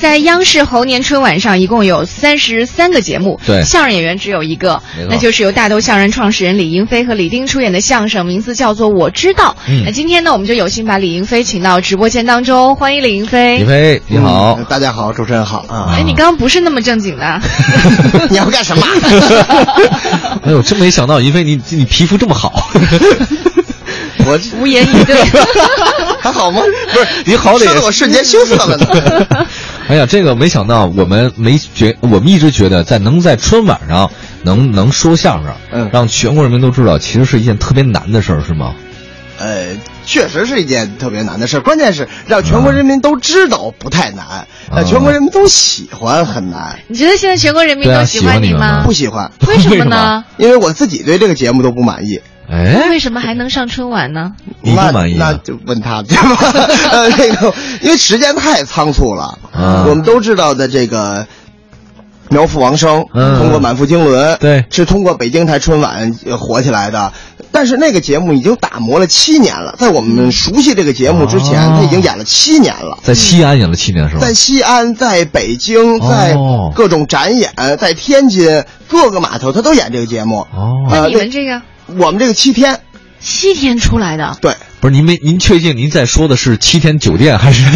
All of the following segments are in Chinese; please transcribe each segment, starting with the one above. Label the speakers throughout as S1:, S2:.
S1: 在央视猴年春晚上，一共有三十三个节目，
S2: 对
S1: 相声演员只有一个
S2: 没错，
S1: 那就是由大都相声创始人李英飞和李丁出演的相声，名字叫做《我知道》。
S2: 嗯
S1: 那今天呢，我们就有幸把李英飞请到直播间当中，欢迎李英
S2: 李
S1: 飞。哎
S2: 飞你好
S3: 嗯，大家好，主持人好 啊！
S1: 哎，你 刚刚不是那么正经的，
S3: 你要干什么？
S2: 哎呦，真没想到，银飞你你皮肤这么 好，
S3: 我
S1: 无言以对。
S3: 还好吗？
S2: 不是你好歹
S3: 说的我
S2: 也。
S3: 瞬间羞涩了 呢。
S2: 哎呀，这个没想到，我们没觉，我们一直觉得在能在春晚上能能说相声，
S3: 嗯
S2: 让全国人民都知道，其实是一件特别难的事儿，是吗？
S3: 呃，确实是一件特别难的事儿，关键是让全国人民都知道不太难，
S2: 啊
S3: 让全国人民都喜欢很难，
S1: 你觉得现在全国人民
S2: 对啊啊
S1: 都欢
S2: 喜欢你
S1: 你
S2: 们吗
S1: 吗
S3: 不？喜欢，
S1: 为什么
S2: 为什么
S1: 呢？
S3: 因为我自己对这个节目都不满意。
S2: 哎，
S1: 为什么还能上春晚呢？
S2: 你不
S3: 那
S2: 满意
S3: 那
S2: 啊？
S3: 就问他对吧？呃，那个，因为时间太仓促了，
S2: 啊
S3: 我们都知道的这个。苗阜王声，
S2: 嗯
S3: 通过满腹经纶，
S2: 对
S3: 是通过北京台春晚呃火起来的。但是那个节目已经打磨了七年了，在我们熟悉这个节目之前，
S2: 哦
S3: 他已经演了七年了，
S2: 在西安演了七年是吧？
S3: 在西安，在北京，
S2: 哦
S3: 在各种展演，在天津各个码头，他都演这个节目。
S2: 哦，
S1: 那
S3: 呃
S1: 你们这个
S3: 我们这个七天，
S1: 七天出来的，
S3: 对，
S2: 不是您没您确定您在说的是七天酒店还是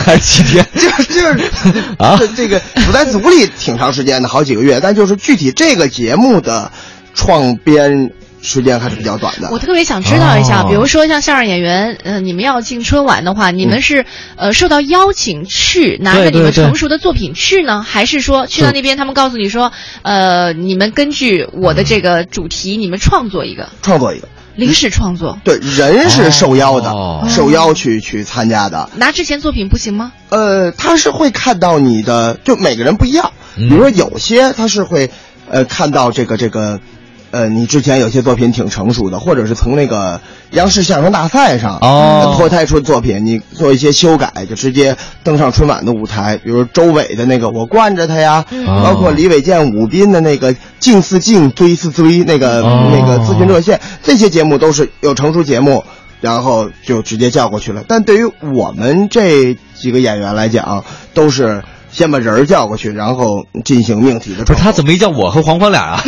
S2: 还是七天？
S3: 就是就是
S2: 啊
S3: 这这个我在组里挺长时间的，好几个月，但就是具体这个节目的创编时间还是比较短的
S1: 我。特别想知道一下，
S2: 哦
S1: 比如说像相声演员，呃，你们要进春晚的话，你们是、呃受到邀请去，拿着
S2: 嗯对
S1: 你们
S2: 对
S1: 成熟的作品去呢，还是说去到那边他们告诉你说，呃，你们根据我的这个主题，你们创作一个
S3: 创作一个，
S1: 临时创作，
S2: 嗯
S3: 对，人是受邀的，
S2: 哦
S3: 受邀去去参加的。
S1: 拿之前作品不行吗？
S3: 呃，他是会看到你的，就每个人不一样。
S2: 嗯
S3: 比如说有些他是会，呃，看到这个这个，呃，你之前有些作品挺成熟的，或者是从那个央视相声大赛上
S2: 哦
S3: 脱胎出作品，你做一些修改，就直接登上春晚的舞台。比如周伟的那个我惯着他呀，
S1: 嗯
S2: 哦
S3: 包括李伟健、武斌的那个敬似敬，追似追，那个、
S2: 哦
S3: 那个咨询热线，这些节目都是有成熟节目，然后就直接叫过去了。但对于我们这几个演员来讲，都是先把人儿叫过去，然后进行命题
S2: 不是
S3: 的创作。
S2: 他怎么没叫我和黄欢俩 啊？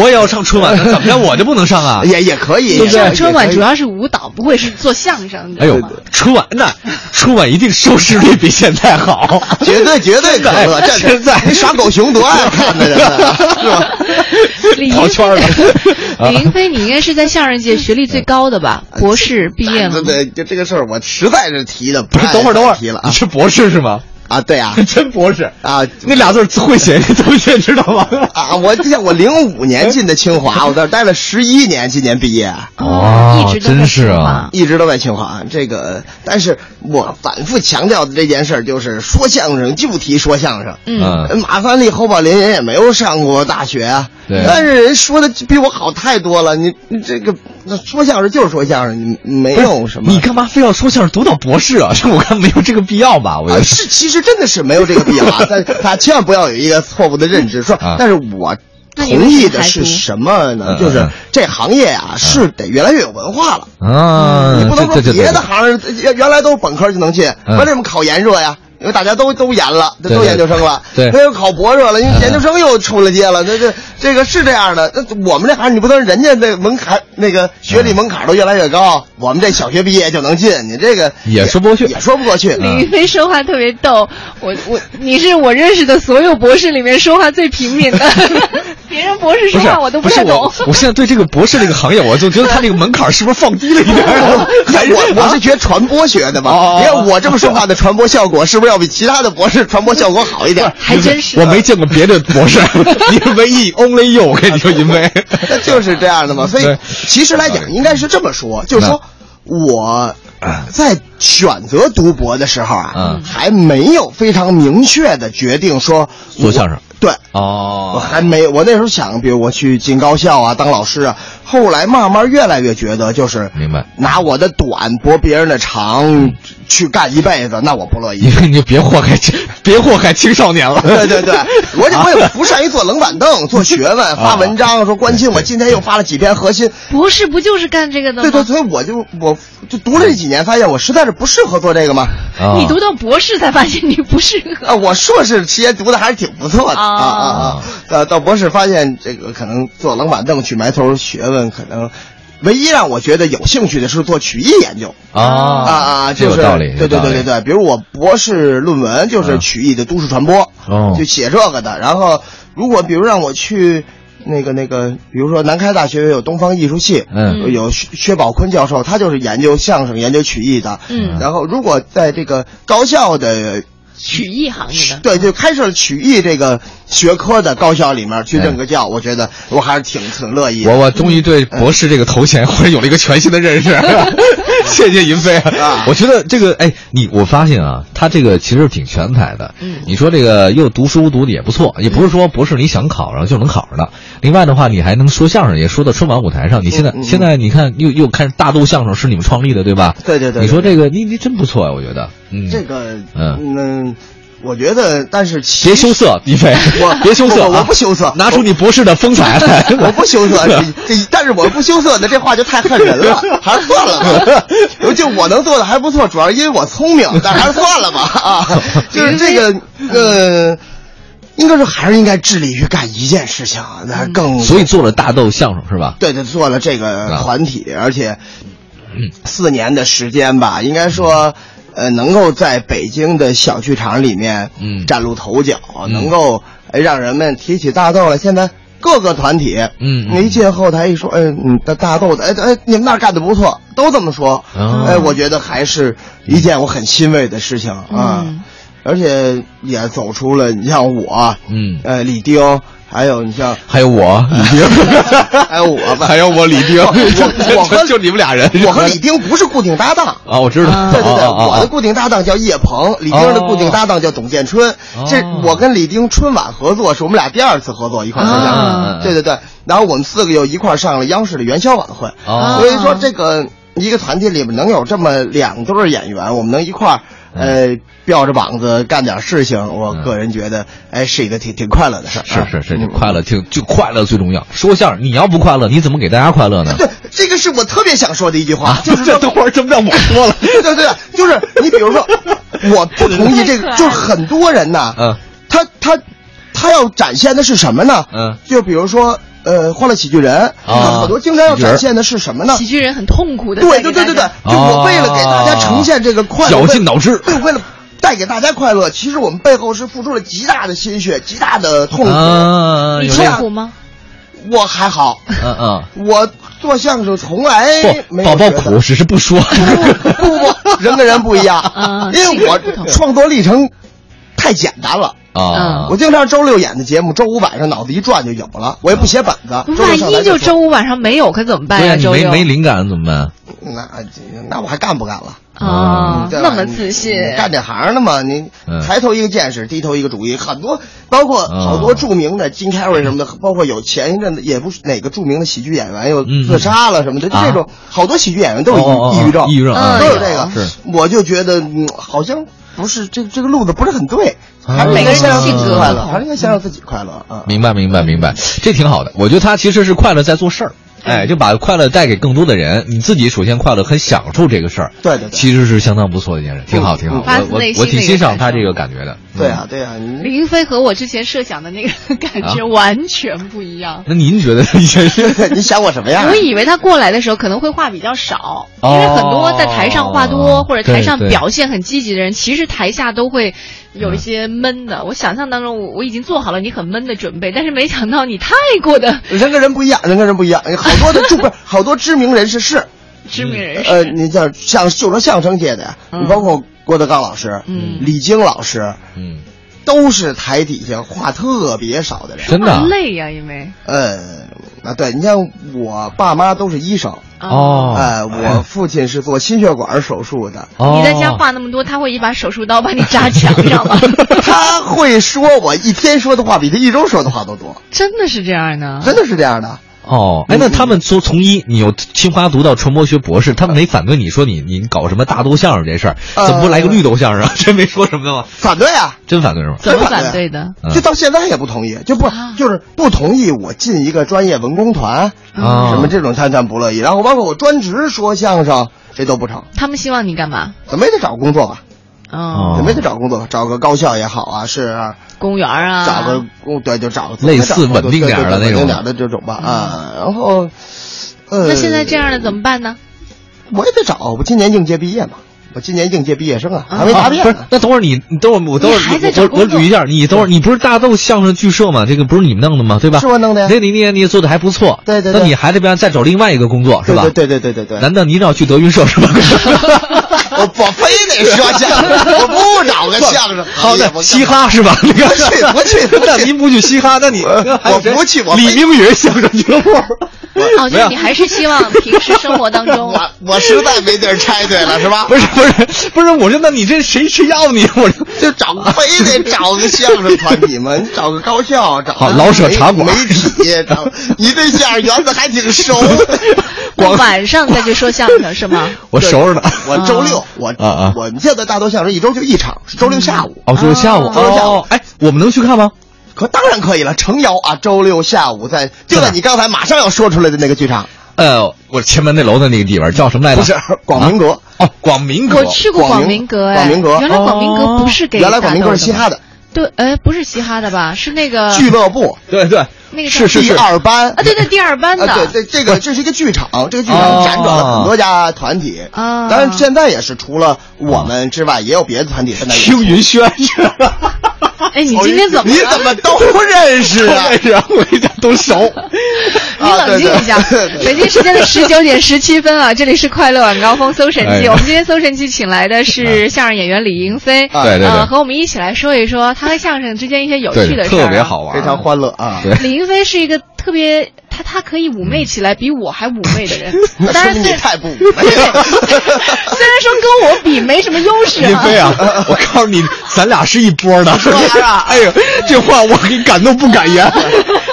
S2: 我也要上春晚呢，怎么着我就不能上啊？
S3: 也也可以，
S1: 你
S3: 也
S1: 上
S3: 可以
S1: 春晚主。
S3: 也可以
S1: 要是舞蹈，不会是做相声，你
S2: 哎
S1: 知道
S2: 呦
S1: 吗？，
S2: 春晚那春晚一定收视率比现在好。
S3: 绝对绝对可乐，这
S2: 现在
S3: 你耍狗熊多爱看的 人呢，是吧？
S1: 李
S2: 跑
S1: 云
S2: 圈儿了
S1: 李云飞，你应该是在相声界学历最高的吧？
S2: 啊
S1: 博士毕业吗
S3: 对？对，就这个事儿，我实在是提的 不
S2: 不是，
S3: 爱
S2: 等会儿等会儿，
S3: 提了
S2: 你
S3: 啊
S2: 是博士是 吗？
S3: 啊，对啊
S2: 真博士，
S3: 啊，
S2: 那俩字儿会写，同学知道 吗？
S3: 啊，我记得我零五年进的 清华，我在这儿待了十一年，今年毕业，啊
S1: 哦一直都在
S2: 真是
S1: 清
S2: 啊
S1: 华。
S3: 一直都在清华。这个，但是我反复强调的这件事儿就是说相声就提说相声。
S1: 嗯
S2: 嗯
S3: 马三立、侯宝林人也没有上过大学啊，
S2: 对
S3: 但是人说的比我好太多了。你你这个那说相声就是说相声，你没有什么。啊
S2: 你干嘛非要说相声读到博士啊？这 我看没有这个必要吧？我觉
S3: 啊，
S2: 得
S3: 是，其实真的是没有这个必要 啊，但他千万不要有一个错误的认知，说
S2: 啊，
S3: 但是我
S1: 那你
S3: 同意的
S1: 为什么还读
S3: 是什么呢
S2: 嗯？
S3: 就是
S2: 嗯
S3: 这行业呀，是得越来越有文化了。
S2: 啊，
S3: 嗯你不能说
S2: 对对对
S3: 别
S2: 对
S3: 的行儿原原来都是本科就能进，
S2: 嗯
S3: 为什么考研热呀？因为大家都都研了，
S2: 对
S3: 都研究生了，
S2: 对
S3: 那又考博热了，因为研究生又出了街了，那这这个是这样的。那我们这行儿你不能人家那门槛那个学
S2: 嗯
S3: 历门槛都越来越高，我们这小学毕业就能进，你这个
S2: 也说不过去
S3: 也说不过 去。
S1: 李云飞说话特别逗，我我你是我认识的所有博士里面说话最平民的，别人博士
S2: 不
S1: 说
S2: 是
S3: 啊
S1: 话我都
S2: 不是
S1: 太
S2: 我
S1: 懂。，
S2: 我现在对这个博士这个行业，我就觉得他这个门槛是不是放低了一点儿？啊还是
S3: 我我是学传播学的
S2: 哦哦
S3: 嘛，
S2: 哦
S3: 你看我这么说话的传播效果是不是要比其他的博士传播效果好 一点？
S1: 还真是
S2: 我
S3: 啊
S2: 没见过别的博 士，你唯一 only you，我跟你说，银飞。
S3: 那 就是这样的嘛。所以
S2: 嗯对嗯
S3: 其实来讲，应该是这么说，就是说我在选择读博的时候啊
S2: 啊嗯，
S3: 还没有非常明确的决定说我
S2: 做相声。
S3: 对，我
S2: 哦，
S3: 还没，我那时候想，比如我去进高校啊，当老师啊。后来慢慢越来越觉得，就是
S2: 明白嗯
S3: 拿我的短搏别人的长，去干一辈子，那我不乐意
S2: 银。飞你就别祸害青，别祸害青少年了。
S3: 对对对，我就我也不善于坐冷板凳，做学
S2: 啊
S3: 问，发文章，说关心我今天又发了几篇核心，
S1: 博士不就是干这个的吗？
S3: 对对，所以我就我就读了这几年，发现我实在是不适合做这个嘛。
S2: 啊
S1: 你读到博士才发现你不适合。
S3: 啊，我硕士期间读的还是挺不错的
S1: 啊
S3: 啊啊啊！到到博士发现这个可能坐冷板凳去埋头学问，可能唯一让我觉得有兴趣的是做曲艺研究
S2: 啊
S3: 啊啊，
S2: 这
S3: 就
S2: 有
S3: 是
S2: 道理，
S3: 对对对对
S2: 有道理，
S3: 对，比如我博士论文就是
S2: 嗯
S3: 曲艺的都市传播，
S2: 哦
S3: 就写这个的。然后如果比如让我去那个那个，比如说南开大学有东方艺术系，
S2: 嗯
S1: 嗯
S3: 有薛薛宝坤教授，他就是研究相声、研究曲艺的。
S1: 嗯
S3: 然后如果在这个高校的
S1: 曲艺行业的，
S3: 对，就开设曲艺这个学科的高校里面去任个教，我觉得我还是挺挺乐意的
S2: 哎我我终于对
S3: 嗯
S2: 博士这个头衔或者有了一个全新的认 识，谢谢银飞
S3: 啊
S2: 我觉得这个，哎，你我发现啊，他这个其实挺全才的。
S1: 嗯
S2: 你说这个又读书读的也不错，也不是
S3: 嗯
S2: 说博士你想考上就能考上的。另外的话，你还能说相声，也说到春晚舞台上。你现在、
S3: 嗯嗯嗯
S2: 现在你看又又看大肚相声是你们创立的对吧？
S3: 对对对
S2: 你说这个你你真不错呀、我觉得。嗯，
S3: 这个，
S2: 嗯
S3: 嗯，我觉得，但是其
S2: 别羞涩，银飞，
S3: 我
S2: 别羞涩、啊
S3: 我我不羞涩
S2: 拿出你博士的风采来。
S3: 我不羞 涩，这这但是我不羞涩的这话就太恨人了，还是算了 吧。就我能做的还不错，主要是因为我聪明，但还是算 了吧啊。就是这个呃，应该是还是应该致力于干一件事情，啊，那更
S2: 嗯所以啊做了大豆相声是吧？
S3: 对对，做了这个团体，而且四年的时间吧，应该
S2: 嗯
S3: 说，呃，能够在北京的小剧场里面，
S2: 嗯
S3: 崭露头角，
S2: 嗯
S3: 能够哎让人们提起大豆来。现在各个团体，
S2: 嗯嗯
S3: 一进后台一说，哎，嗯，大大豆的，哎哎，你们那儿干的不错，都这么说，
S2: 哦
S3: 哎，我觉得还是
S2: 嗯
S3: 一件我很欣慰的事情啊。
S1: 嗯
S3: 而且也走出了，你像我，
S2: 嗯
S3: 呃，李丁，还有 你像
S2: 还有 我李丁，
S3: 还有我吧，
S2: 还有我李丁，
S3: 我 我我和
S2: 就你们俩人，
S3: 我和李丁不是固定搭档。
S2: 啊，我知道，
S1: 啊
S3: 嗯对对对，
S2: 啊啊啊
S3: 我的固定搭档叫叶鹏，李丁的固定搭档叫董建春
S2: 哦。
S3: 这我跟李丁春晚合作是我们俩第二次合作一块儿上
S2: 啊
S3: 相声。对对对，然后我们四个又一块儿上了央视的元宵晚会。
S2: 哦
S3: 所以说这个一个团体里面能有这么两对儿演员，我们能一块儿
S2: 嗯
S3: 呃吊着膀子干点事情，我个人觉得哎是一个挺挺快乐的事儿。
S2: 是是是，
S3: 嗯
S2: 就快乐，就就快乐最重要。说相声，你要不快乐，你怎么给大家快乐呢？
S3: 对，这个是我特别想说的一句话
S2: 啊，，
S3: 就是说
S2: 这等会儿真让我说 了，
S3: 对对对，就是你比 如说，我不同意这
S1: 太可
S3: 个
S1: 爱，了
S3: 就是很多人呐，
S2: 嗯
S3: 他他他要展现的是什么呢？
S2: 嗯，
S3: 就比如说呃，《欢乐喜剧人》
S2: 啊
S3: 很多经常要展现的是什么呢
S1: 喜？剧人很痛苦的。
S3: 对对对对对，就我为了给大家呈现这个快乐，
S2: 哦绞尽
S3: 为
S2: 脑汁
S3: 对，为了。带给大家快乐，其实我们背后是付出了极大的心血、极大的痛苦。
S2: 啊，
S1: 你
S2: 有
S3: 这
S1: 痛
S2: 点，
S3: 样
S1: 苦吗？
S3: 我还好，
S2: 嗯嗯，
S3: 我做相声从来
S2: 不，
S3: 没有
S2: 宝宝
S3: 觉得
S2: 苦，只是不 说，
S3: 不不不，人跟人不一 样
S1: 啊，
S3: 因
S1: 这
S3: 为
S1: 个不
S3: 我
S1: 同
S3: 创作历程太简单了。
S2: 啊，
S3: 嗯我经常周六演的节目，周五晚上脑子一转就有了，我也不写本子。啊周六
S1: 嗯万
S3: 上台
S1: 一就
S3: 说
S1: 周五晚上没有，可怎么办
S2: 对呀，
S1: 呀？
S2: 你
S1: 周
S2: 没
S1: 六
S2: 没灵感怎么办？
S3: 嗯那那我还干不干了？
S1: 啊，
S3: 对吧
S1: 那么自信
S3: 嗯你，你干这行的嘛，你
S2: 嗯
S3: 抬头一个见识，低头一个主义，很多包括
S2: 嗯
S3: 好多著名的金凯 瑞什么的，包括有前一阵子也不是哪个著名的喜剧演员又
S2: 嗯
S3: 自杀了什么的，就
S2: 啊
S3: 这种好多喜剧演员都有
S2: 哦哦哦
S3: 抑郁症，
S2: 抑郁症
S1: 啊
S3: 都有嗯这个
S2: 是。
S3: 我就觉得嗯好像不是这这个路子不是很对，还是
S2: 啊
S3: 应该先让自己
S2: 每个人性格
S3: 快
S1: 不
S3: 乐，
S1: 同
S3: 还是应该先让自己快乐啊。
S2: 明白，明白，明白，这挺好的。我觉得他其实是快乐在做事儿，
S3: 嗯
S2: 哎，就把快乐带给更多的人。你自己首先快乐，很享受这个事儿，
S3: 对对对嗯
S2: 其实是相当不错的一件事，挺好，挺好。
S1: 发自
S2: 我我
S1: 内心
S2: 我
S1: 的
S2: 挺
S1: 一个
S2: 欣赏
S1: 感
S2: 他
S1: 受
S2: 这个感觉的。
S3: 对
S2: 嗯
S3: 啊，对啊，你
S1: 李云飞和我之前设想的那个感觉
S2: 啊
S1: 完全不一样。
S2: 那您觉得这件事？
S3: 你想我什么样？
S1: 我以为他过来的时候可能会话比较少，因为很多在台上话
S2: 哦
S1: 多或者台上
S2: 对对
S1: 表现很积极的人，其实台下都会有一些闷
S2: 嗯
S1: 的。我想象当中，我我已经做好了你很闷的准备，但是没想到你太过的
S3: 人跟人不一样，人跟人不一样，好多的著不是好多知名人士是，
S1: 知名人士。
S3: 呃，你像相就说相声界的呀，
S1: 哎嗯
S3: 你包括郭德纲老师、
S1: 嗯
S3: 李菁老师，
S2: 嗯，
S3: 都是台底下话特别少的人。
S2: 真的啊
S1: 很累呀、因为
S3: 呃，啊，对你像我爸妈都是医生，
S1: 嗯
S2: 哦，
S3: 呃，我父亲是做心血管手术的，
S2: 哦
S1: 你在家画那么多，他会一把手术刀把你扎墙上 吗？
S3: 他会说我一天说的话比他一周说的话都多，
S1: 真的是这样呢？
S2: 啊
S3: 真的是这样的。
S2: 哦，哎，那他
S3: 嗯
S2: 们从从医，你有清华读到传播学博士，他们没反对你说你你搞什么大豆相声这事儿，
S3: 哎呃
S2: 怎么不来个绿豆相声啊？ 真没说什么的吗？
S3: 反对啊，
S2: 真反对是吗？
S1: 怎么
S3: 反
S1: 反对的？
S2: 嗯
S3: 就到现在也不同意，就不
S1: 啊
S3: 就是不同意我进一个专业文工团，
S2: 啊
S3: 什么这种他咱不乐意。然后包括我专职说相声，这都不成，
S1: 他们希望你干嘛？
S3: 怎么也得找工作吧，
S2: 哦啊
S1: 嗯，
S3: 怎么也得找工作吧，找个高校也好啊，是啊
S1: 公务员啊，
S3: 找个工对就找
S2: 类似
S3: 怎么找
S2: 稳定点儿的
S3: 对
S2: 那
S3: 对对
S2: 种嗯
S3: 稳定点儿的这种吧啊。然后，呃，
S1: 那现在这样的怎么办呢？
S3: 我也得找，我今年应届毕业嘛，我今年应届毕业生啊，还没
S2: 啊
S3: 答辩
S2: 不是
S3: 呢。，
S2: 那等会儿你，你等会儿我等会
S1: 你还在
S2: 儿
S1: 找
S2: 我我我
S1: 工作
S2: 捋一下，你等会儿你不是大豆相声剧社吗？这个不是你们弄的吗？对吧？
S3: 是我弄的呀
S2: 那你你你也做的还不错，
S3: 对对对
S2: 那你还得不要再找另外一个工作是吧？
S3: 对对对对对对，
S2: 难道你一定要去德云社是吧？
S3: 我我非得说相声， 我不找个相声。哎
S2: 好
S3: 的
S2: 的，，嘻哈是吧？那个
S3: 不去不去不 去
S2: 那您不去嘻哈，那你
S3: 我
S2: 还有谁
S3: 我不去我
S2: 李
S3: 非
S2: 明宇相声俱乐部。
S1: 哦，就是你还是希望平时生活当中，
S3: 呃 我我实在没地儿拆对了，是吧？
S2: 不是不是不是，我说那你这谁谁要你？我说
S3: 就找非得找个相声团体嘛，你找个高校，找个
S2: 好老舍茶馆
S3: 媒媒体， 找你对相声园子还挺熟。
S1: 那晚上再去说相声是吗？
S2: 我收拾呢。
S3: 我周六我
S2: 啊啊
S3: 我们现在大多相声一周就一场，是周六下午。
S2: 哦，就是下午
S1: 哦
S2: 哦，哎，我们能去看吗？
S3: 可当然可以了，诚邀啊，周六下午在就在你刚才马上要说出来的那个剧场，
S2: 呃，我前门那楼的那个地方叫什么来着？啊
S3: 不是广明阁。
S2: 哦，广明阁
S1: 我。去过
S3: 广明
S1: 明阁，哎，
S3: 广明阁
S1: 原来广明阁
S2: 哦
S1: 不是给
S3: 原来广明阁
S1: 大豆
S3: 是嘻哈
S1: 吗，
S3: 的
S1: 对，哎，不是嘻哈的吧？是那个
S3: 俱乐部，
S2: 对对，
S1: 那个
S2: 是啊是
S3: 第
S2: 是。
S3: 二班
S1: 啊，对对，第二班的，哦
S3: 啊，对，这这个这是一个剧场，这个剧场辗转了很多家团体
S1: 啊
S3: 当然现在也是除了我们之外，也有别的团体在那里。
S2: 听云轩去了。
S1: 哎，
S3: 哦
S1: 你今天怎么
S3: 你
S1: 了？
S3: 怎么都认识 啊？
S2: 认识，我跟你讲都熟。
S1: 你冷静一下
S3: 啊 对对。对
S1: 北京时间的十九点十七分啊，这里是快乐晚高峰搜神
S2: 哎
S1: 记。我们今天搜神记请来的是相声演员李云飞，
S3: 哎啊
S2: 对对
S1: 呃，
S2: 对
S1: 和我们一起来说一说他和相声之间一些有趣
S2: 对
S1: 的
S2: 对，
S1: 事儿啊
S2: 特别好。玩，
S3: 非常欢乐啊！
S2: 对
S1: 李云飞是一个特别，他他可以妩媚起来，比我还妩媚的 人
S3: 那。
S1: 当
S3: 说
S1: 然
S3: 明
S1: 虽，
S3: 你太不妩媚了
S1: 虽然说跟我比没什么优势
S2: 云
S1: 啊。
S2: 飞啊，我告诉你，咱俩是一波的。是
S3: 吧
S2: 哎呦，这话我给感动不敢 言。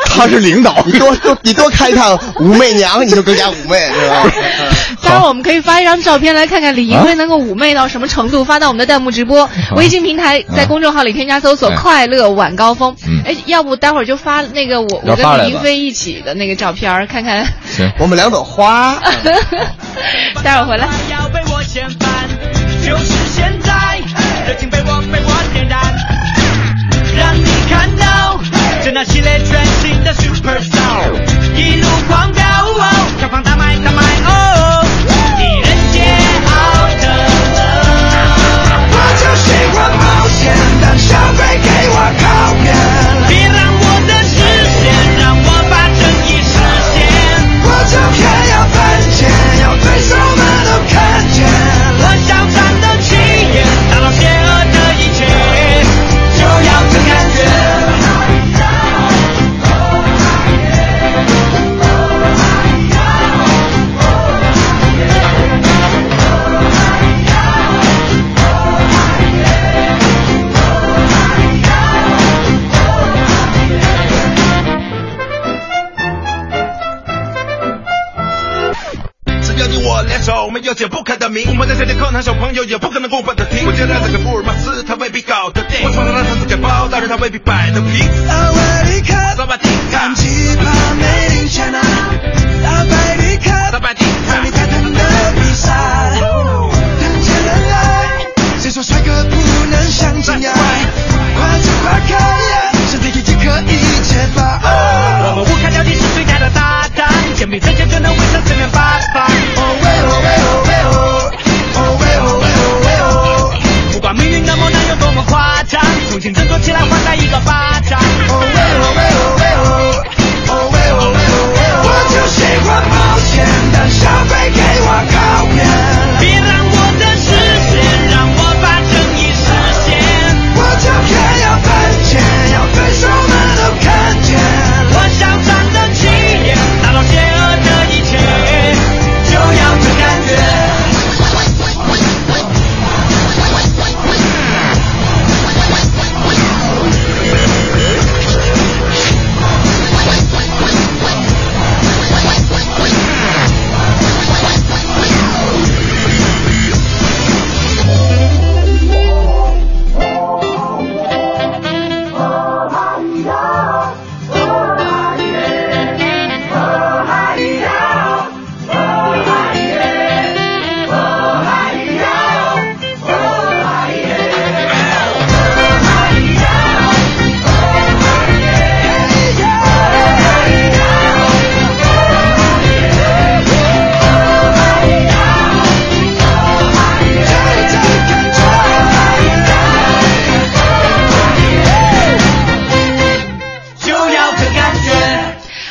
S2: 他是领导，
S3: 你多 多你多开一趟武媚娘，你就更加妩媚，是吧？ 嗯
S1: 当然，我们可以发一张照片来看看李云飞能够妩媚到什么程度，发到我们的弹幕直播。微信平台在公众号里添加搜索
S2: 哎
S1: “快乐晚高峰
S2: 嗯”。
S1: 哎，要不待会儿就发那个我
S2: 要
S1: 我
S2: 发来吧
S1: 跟李云飞一起的那个照片儿，看看。
S2: 行，
S3: 我们两朵花，
S1: 嗯
S2: 嗯
S1: 待会儿回来。
S4: 要被我掀翻，就是现在，热情被我被我点燃，让你看到这那系列全新的 Super Soul，一路狂飙，哦，小胖大卖大卖哦，女人桀骜的我就喜欢冒险，但消费给我考验，别让我的视线让我把正义实现，我就偏要犯贱，要对手们都看见，我嚣张的起点，打倒邪恶的一切，就要这感觉。
S5: 只要你我联手，没有解不开的谜。我们在这里困难，小朋友也不可能过分的题。我觉得这个福尔摩斯他未必搞得定，我穿上了他自己包，但是他未必摆得平。
S4: 阿维里克，
S5: 萨瓦迪卡
S4: 看，奇葩美丽刹那，阿维里克，
S5: 萨瓦迪
S4: 和你
S5: 卡，
S4: 谈谈的比赛，谈起恋爱，谁说帅哥不能相亲呀？快就快看，身体已经可以解放。我们无看到底是最大的搭档，肩并着肩就能围成四面八方。哦喂哦喂哦喂哦，哦喂哦喂哦喂哦。不管命运的磨难有多么夸张，重新振作起来，还他一个巴掌。哦喂哦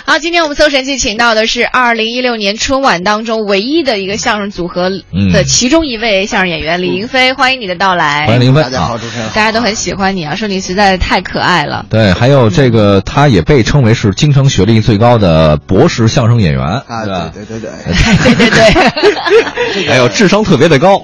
S1: 好，今天我们搜神记请到的是二零一六年春晚当中唯一的一个相声组合
S2: 嗯
S1: 的其中一位相声演员李云飞，欢迎你的到来。
S2: 欢迎林飞
S3: 哎大家好，
S2: 啊。
S3: 主持人好，
S1: 大家都很喜欢你啊，说你实在太可爱了。
S2: 对，还有这个，他也被称为是京城学历最高的博士相声演员
S3: 啊，
S2: 对吧
S3: 对对对对，
S1: 对对对，嗯
S2: 哎呦，智商特别的高，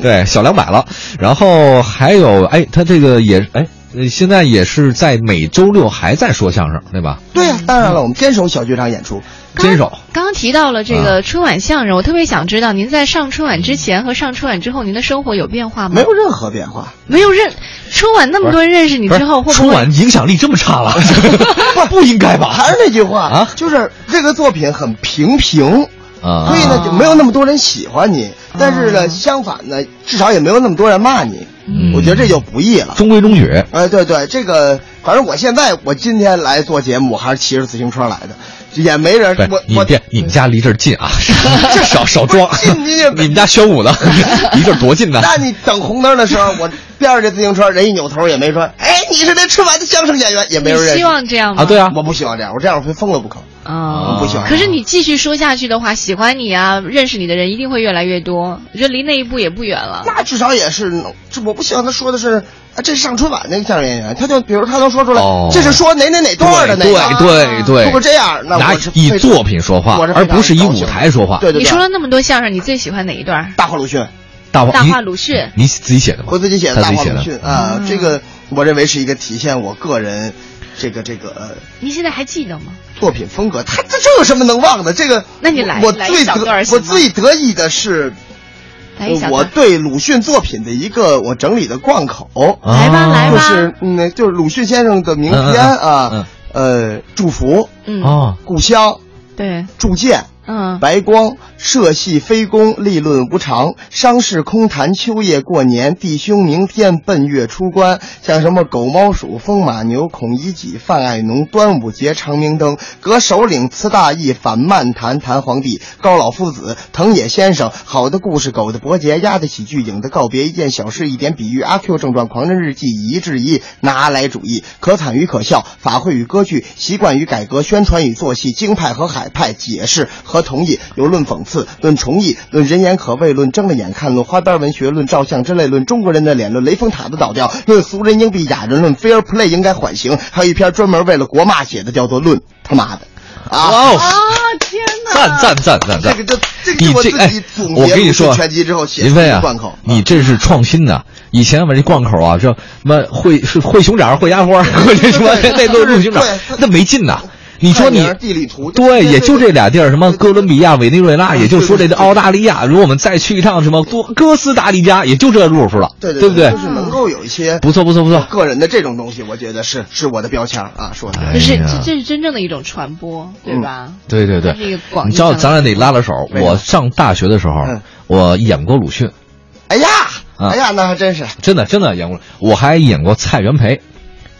S2: 对，小两百了。然后还有，哎，他这个也，哎，呃现在也是在每周六还在说相声，对吧？
S3: 对呀、当然了，我们坚守小剧场演出，
S2: 坚守。啊
S1: 刚刚提到了这个春晚相声，我特别想知道您在上春晚之前和上春晚之后，您的生活有变化吗？
S3: 没有任何变化。
S1: 没有认春晚那么多人认识你
S2: 不是
S1: 之后，会不
S2: 春
S1: 会
S2: 晚影响力这么差 了，不应该吧？
S3: 还是那句话
S2: 啊
S3: 就是这个作品很平平，
S2: 啊
S3: 所以呢就没有那么多人喜欢你。但是呢，相反呢，至少也没有那么多人骂你。
S2: 嗯
S3: 我觉得这就不易了。
S2: 中规中矩。
S3: 哎，对对，这个反正我现在我今天来做节目，我还是骑着自行车来的，也没人
S2: 不是
S3: 我
S2: 你
S3: 我
S2: 们店，你们家离这儿近 啊，少少装。
S3: 近你也没
S2: 你们家宣武 的离这儿多近呢？
S3: 那你等红灯的时候，我边上这自行车，人一扭头也没说，哎，你是那春晚的相声演员，也没
S1: 你
S3: 人认识。
S1: 希望这样吗？
S2: 啊，对啊，
S3: 我不希望这样，我这样会疯了不可。
S1: 啊、
S3: 我不喜欢
S1: 可是你继续说下去的话，喜欢你啊，认识你的人一定会越来越多。我觉得离那一步也不远了。
S3: 那至少也是，这我不希望他说的是，啊，这是上春晚那个相声演员，他就比如他能说出来，
S2: 哦
S3: 这是说哪哪哪段的那
S2: 对
S3: 个。啊
S2: 对对，
S3: 如果这样那
S2: 拿
S3: 我是
S2: 以
S3: 非常
S2: 作品说话
S3: 我是，非
S2: 而
S3: 常
S2: 不是以
S3: 高兴
S2: 舞台说话。
S3: 对对对，
S1: 你说了那么多相声，你最喜欢哪一段？
S3: 大话鲁迅，
S2: 大话
S1: 大话
S2: 你
S1: 鲁迅
S2: 你自己写的吗？
S3: 我自己写的
S2: 他
S3: 大
S2: 自己
S3: 话
S2: 写
S3: 鲁
S2: 的嗯
S3: 迅
S1: 嗯
S3: 啊，这个我认为是一个体现我个人这个这个呃
S1: 你现在还记得吗？
S3: 作品风格，他这这有什么能忘的？这个，
S1: 那你来
S3: 我
S1: 来
S3: 最
S1: 一小
S3: 得
S1: 段儿行
S3: 我
S1: 吗
S3: 最得意的是
S1: 来一小
S3: 我
S1: 段，
S3: 对鲁迅作品的一个我整理的贯口，
S2: 啊
S1: 来吧来
S3: 就
S1: 吧，
S3: 是嗯，就是鲁迅先生的名
S2: 嗯嗯
S3: 篇
S2: 嗯
S3: 啊
S2: 嗯，
S3: 呃，祝福、
S1: 嗯，
S2: 哦，
S3: 故乡、
S1: 对，
S3: 铸剑、
S1: 嗯，
S3: 白光、社戏非公、立论无常、商事空谈、秋夜过年、弟兄明天奔月出关，像什么狗猫鼠、风马牛、孔乙己、范爱农、端午节、长明灯、革首领、词大义、反漫谈、谈皇帝、高老夫子、藤野先生、好的故事、狗的伯爵、鸭的喜剧、影的告别、一件小事、一点比喻、阿 Q 正传、狂人日记、以一制一、拿来主义、可惨与可笑、法会与歌剧、习惯与改革、宣传与做戏、京派和海派、解释和同意，有论讽刺、论重义、论人言可畏、论睁了眼看、论花边文学、论照相之类、论中国人的脸、论雷峰塔的倒掉、论俗人应避雅人、论 fair play 应该缓刑，还有一篇专门为了国骂写的，叫做《论他妈的》啊。
S2: 哇哦，
S1: 天
S2: 赞赞赞赞
S3: 这
S2: 赞
S3: 个！就这个
S2: 你
S3: 就我
S2: 这
S3: 自
S2: 哎
S3: 己总，结
S2: 我跟你说，
S3: 鲁迅全集之后写
S2: 林
S3: 的
S2: 飞啊
S3: 贯口，嗯
S2: 你这是创新的。以前我这贯口啊，这什么会是会熊掌，会鸭 花，会这什么
S3: 对
S2: 那都是鹿熊掌
S3: 对，
S2: 那没劲呐。你说你
S3: 看点儿地理图
S2: 对，
S3: 对嗯
S2: 也就这俩地儿，什么哥伦比亚、委内瑞拉，
S3: 对
S2: 也就说这
S3: 对对对
S2: 澳大利亚。如果我们再去一趟什么多哥斯达黎加，也就这路数了，
S3: 对
S2: 不对
S3: 就？是能够有一些
S2: 不错不错不错，
S3: 个人的这种东西，我觉得是是我的标签儿啊，是我的标签儿。
S1: 这是
S2: 哎呀
S1: 这这是真正的一种传播，对吧？
S2: 对对对
S1: 它是一个广，义
S2: 你知道
S1: 上的
S2: 咱俩得拉拉手。
S3: 为啥
S2: 我上大学的时候
S3: 嗯，
S2: 我演过鲁迅，
S3: 哎呀，
S2: 啊
S3: 哎呀，那还真是
S2: 真的真的演过，我还演过蔡元培，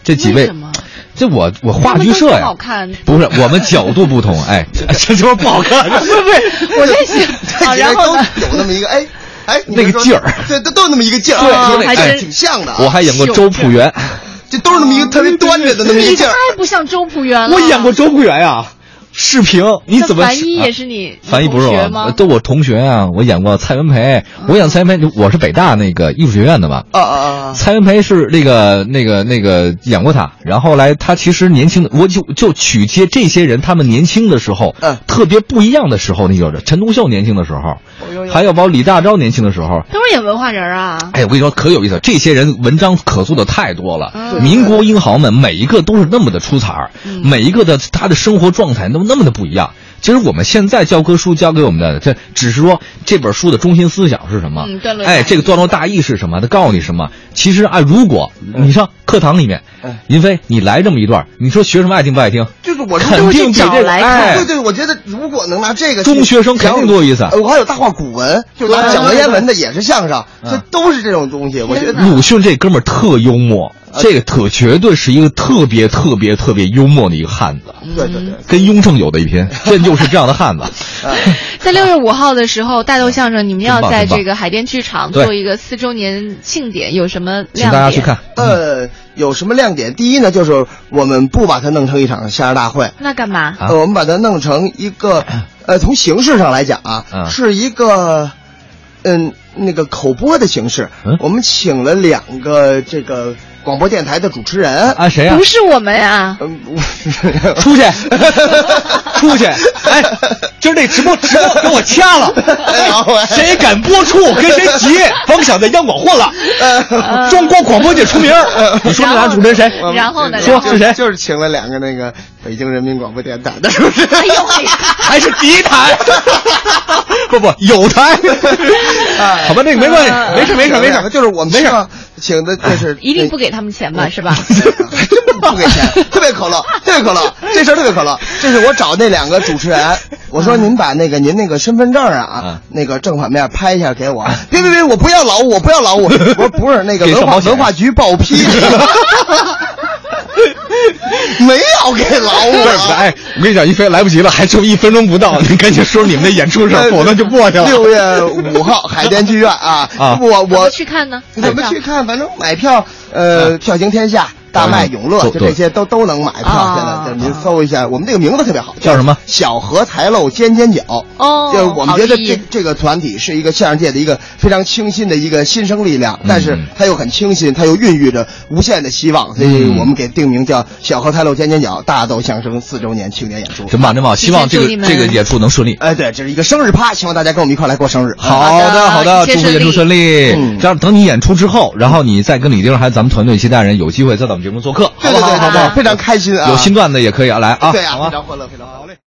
S2: 这几
S1: 为
S2: 位
S1: 什么，
S2: 这我我话剧社
S1: 他们都
S2: 呀
S1: 不好看，
S2: 不是我们角度不同， 哎，这就是不好看，不是不是，
S1: 我在想
S3: 这，
S1: 啊，
S3: 几个
S1: 然后
S3: 都
S1: 呢？
S3: 有那么一个哎哎你
S2: 那个
S3: 别说
S2: 劲儿
S3: 对，都都有那么一个劲儿，
S1: 对
S3: 啊
S1: 有那还
S2: 哎
S1: 真
S3: 挺像 的啊。
S2: 我还演过周朴园，
S3: 这都是那么一个特别端着的那么一
S1: 你
S3: 个劲
S1: 太
S3: 儿。
S1: 不像周朴园了。
S2: 我演过周朴园呀，视频你
S1: 那
S2: 怎么
S1: 樊一
S2: 啊
S1: 也是你
S2: 樊一不是
S1: 同学
S2: 我，
S1: 吗？
S2: 都我同学啊，我演过蔡元培，我演蔡元培，我是北大那个艺术学院的嘛，
S3: 啊啊啊！
S2: 蔡元培是那个那个那个演过他，然后来他其实年轻的，我就就取接这些人他们年轻的时候，
S3: 嗯
S2: 特别不一样的时候，那就是陈独秀年轻的时候，
S3: 哦呦呦
S2: 还有包括李大钊年轻的时候。
S1: 都是演文化人啊。
S2: 哎，我跟你说可有意思，这些人文章可做的太多了。
S1: 嗯
S2: 民国英豪们每一个都是那么的出彩儿，每一个的他的生活状态都那么的不一样。其实我们现在教科书教给我们的，这只是说这本书的中心思想是什么？
S1: 嗯段落大
S2: 哎，这个段落大意是什么？他告诉你什么？其实啊，如果你上课堂里面
S3: 嗯，
S2: 林飞，你来这么一段，你说学生们爱听不爱听？
S3: 就是我
S2: 肯定比这
S1: 都是找来看
S2: 哎
S3: 对对，我觉得如果能拿这个
S2: 中学生肯定多有意思
S3: 呃我还有大话古文，就拿讲文言文的也是相声，
S2: 嗯
S3: 这都是这种东西。我觉得
S2: 鲁迅这哥们儿特幽默，
S3: 啊
S2: 这个特绝对是一个特别特别特别幽默的一个汉子。
S3: 对对对。
S2: 跟雍正有的一拼，这就是这样的汉子。
S1: 在六月五号的时候，大豆相声你们要
S2: 啊真棒
S1: 在
S2: 真棒
S1: 这个海淀剧场
S2: 对
S1: 做一个四周年庆典，有什么
S2: 请
S1: 亮点？
S2: 大家去看。
S3: 呃，有什么亮点？第一呢，就是我们不把它弄成一场相声大会，
S1: 那干嘛？
S2: 啊
S3: 呃，我们把它弄成一个，呃，从形式上来讲啊，
S2: 嗯
S3: 是一个，嗯，那个口播的形式。
S2: 嗯
S3: 我们请了两个这个广播电台的主持人。
S2: 啊，谁呀
S1: 不？是我们呀、
S3: 嗯，我
S2: 出 去， 出去！哎，今儿这直播直播给我掐了，哎 谁敢播出我跟谁急，甭想在央广混了。中国广播界出名儿，你说这俩主持人谁？
S3: 我们
S1: 然后呢
S3: 就
S2: 说
S3: 就是
S2: 谁
S3: 就是请了两个那个北京人民广播电台的主持人。
S1: 哎呦喂！
S2: 还是第一台？不不，有台。 好吧，这个没关
S3: 呃
S2: 系，没事没事没事，
S3: 就是我们希望请的就 是
S1: 哎啊一定不给他们钱吧，是吧？
S3: 哎还真不不给钱，特别可乐，特别可乐，这事儿特别可乐。这是我找那两个主持人，我说您把那个您那个身份证啊
S2: 嗯，
S3: 那个正反面拍一下给我。别别别，我不要劳务，我不要劳务。我说不是那个
S2: 啊 给
S3: 文
S2: 上
S3: 化
S2: 保险
S3: 文化局报 批，没有给劳务
S2: 对
S3: 啊
S2: 不 对？。哎，我跟你讲，一飞来不及了，还剩一分钟不到，你赶紧说你们的演出事儿，否则就过去了。
S3: 呃六月五号，海淀剧院啊，
S2: 啊
S3: 我
S1: 怎
S3: 我
S1: 么去看呢？
S3: 怎么去看？反正买票，呃，票行天下、大麦、
S2: 嗯
S3: 永乐，
S2: 啊对
S3: 就这些都都能买票。
S1: 啊
S3: 现在就是您搜一下，我们这个名字特别好，
S2: 叫什么
S3: 小荷才露尖尖角。
S1: 哦
S3: 就是我们觉
S1: 好
S3: 得
S1: 立意
S3: 这这个团体是一个相声界的一个非常清新的一个新生力量，
S2: 嗯
S3: 但是它又很清新，它又孕育着无限的希望，所以
S2: 嗯
S3: 我们给定名叫小荷才露尖尖角大豆相声四周年庆典演出。
S2: 真棒真棒，希望这个
S1: 提前祝你们
S2: 这个演出能顺利。
S3: 哎，对，这是一个生日趴，希望大家跟我们一块儿来过生日。
S2: 好的，好的，
S1: 一切
S2: 祝福演出顺利。
S3: 嗯
S2: 这样等你演出之后，然后你再跟李丁儿还有咱们团队其他人有机会再到我们节目做客，
S3: 对
S2: 好不好？
S3: 对对对
S2: 好不
S3: 对，
S2: 好？
S3: 非常开心啊！
S2: 有新段子也可以啊来啊，
S3: 对啊，
S2: 好吗
S3: 非常欢乐，非常好嘞。